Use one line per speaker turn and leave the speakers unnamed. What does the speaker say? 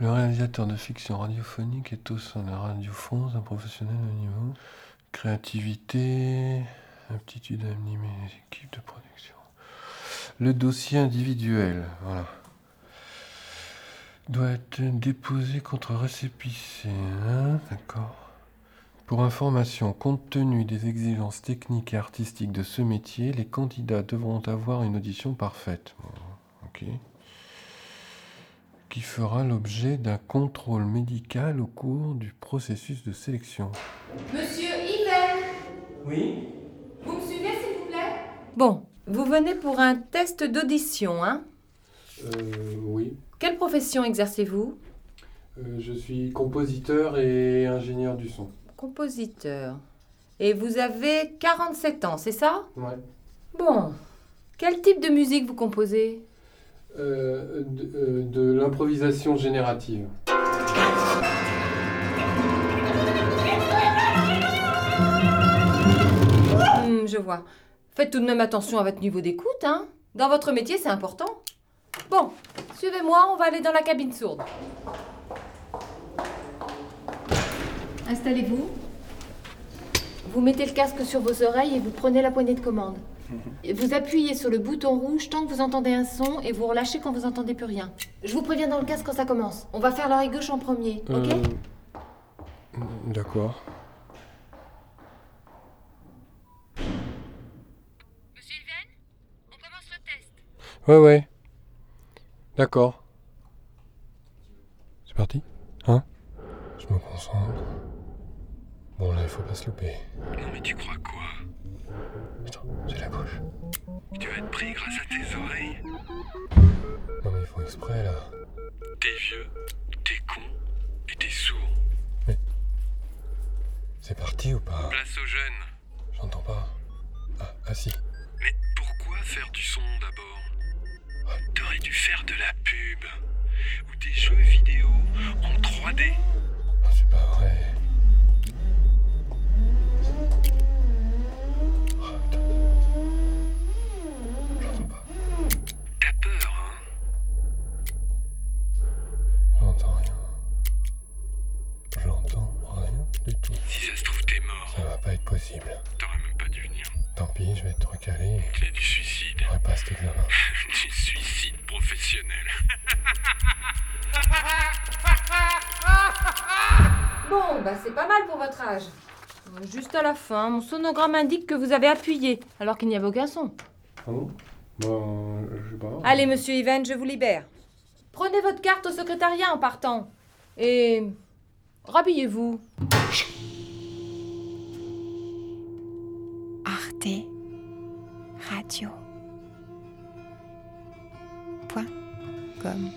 Le réalisateur de fiction radiophonique est au sein de la radiophone, un professionnel de niveau. Créativité, aptitude à animer les équipes de production. Le dossier individuel, voilà. Doit être déposé contre récépissé, hein, d'accord. Pour information, compte tenu des exigences techniques et artistiques de ce métier, les candidats devront avoir une audition parfaite. Bon, ok. Qui fera l'objet d'un contrôle médical au cours du processus de sélection.
Monsieur Yves,
Oui
vous me suivez s'il vous plaît
Bon, vous venez pour un test d'audition, hein
Euh, oui.
Quelle profession exercez-vous
Euh, je suis compositeur et ingénieur du son.
Compositeur. Et vous avez 47 ans, c'est ça
Ouais.
Bon. Quel type de musique vous composez
Euh, de, euh, de l'improvisation générative.
Hmm, Je vois. Faites tout de même attention à votre niveau d'écoute, hein Dans votre métier, c'est important. Bon, suivez-moi, on va aller dans la cabine sourde.
Installez-vous.
Vous mettez le casque sur vos oreilles et vous prenez la poignée de commande. Et Vous appuyez sur le bouton rouge tant que vous entendez un son et vous relâchez quand vous entendez plus rien. Je vous préviens dans le casque quand ça commence. On va faire l'oreille gauche en premier, ok
Euh, D'accord.
Monsieur Yven, on commence le test.
Ouais, ouais. D'accord. C'est parti Hein Je me concentre. Bon, là, il faut pas se louper.
Non mais tu crois quoi
Putain, j'ai la bouche.
Tu vas être pris grâce à tes oreilles
Non, mais ils font exprès, là.
T'es vieux, t'es con et t'es sourd.
C'est parti ou pas
Place aux jeunes.
J'entends pas. Ah, ah si.
Mais pourquoi faire du son d'abord T'aurais dû faire de la pub ou des jeux vidéo en 3D.
Ah, C'est pas vrai. Ah, putain. J'entends pas.
T'as peur, hein
J'entends rien. J'entends rien du tout.
Si ça se trouve, t'es mort.
Ça va pas être possible.
T'aurais même pas dû venir.
Tant pis, je vais te recaler.
C'est du suicide.
Je passe cet examen.
du suicide professionnel.
Bon, bah c'est pas mal pour votre âge. Euh, Juste à la fin, mon sonogramme indique que vous avez appuyé, alors qu'il n'y avait aucun son.
Ah bon Ben, je sais pas.
Allez, monsieur Yvan, je vous libère. Prenez votre carte au secrétariat en partant. Et. rhabillez-vous.
Arte Radio. Point com.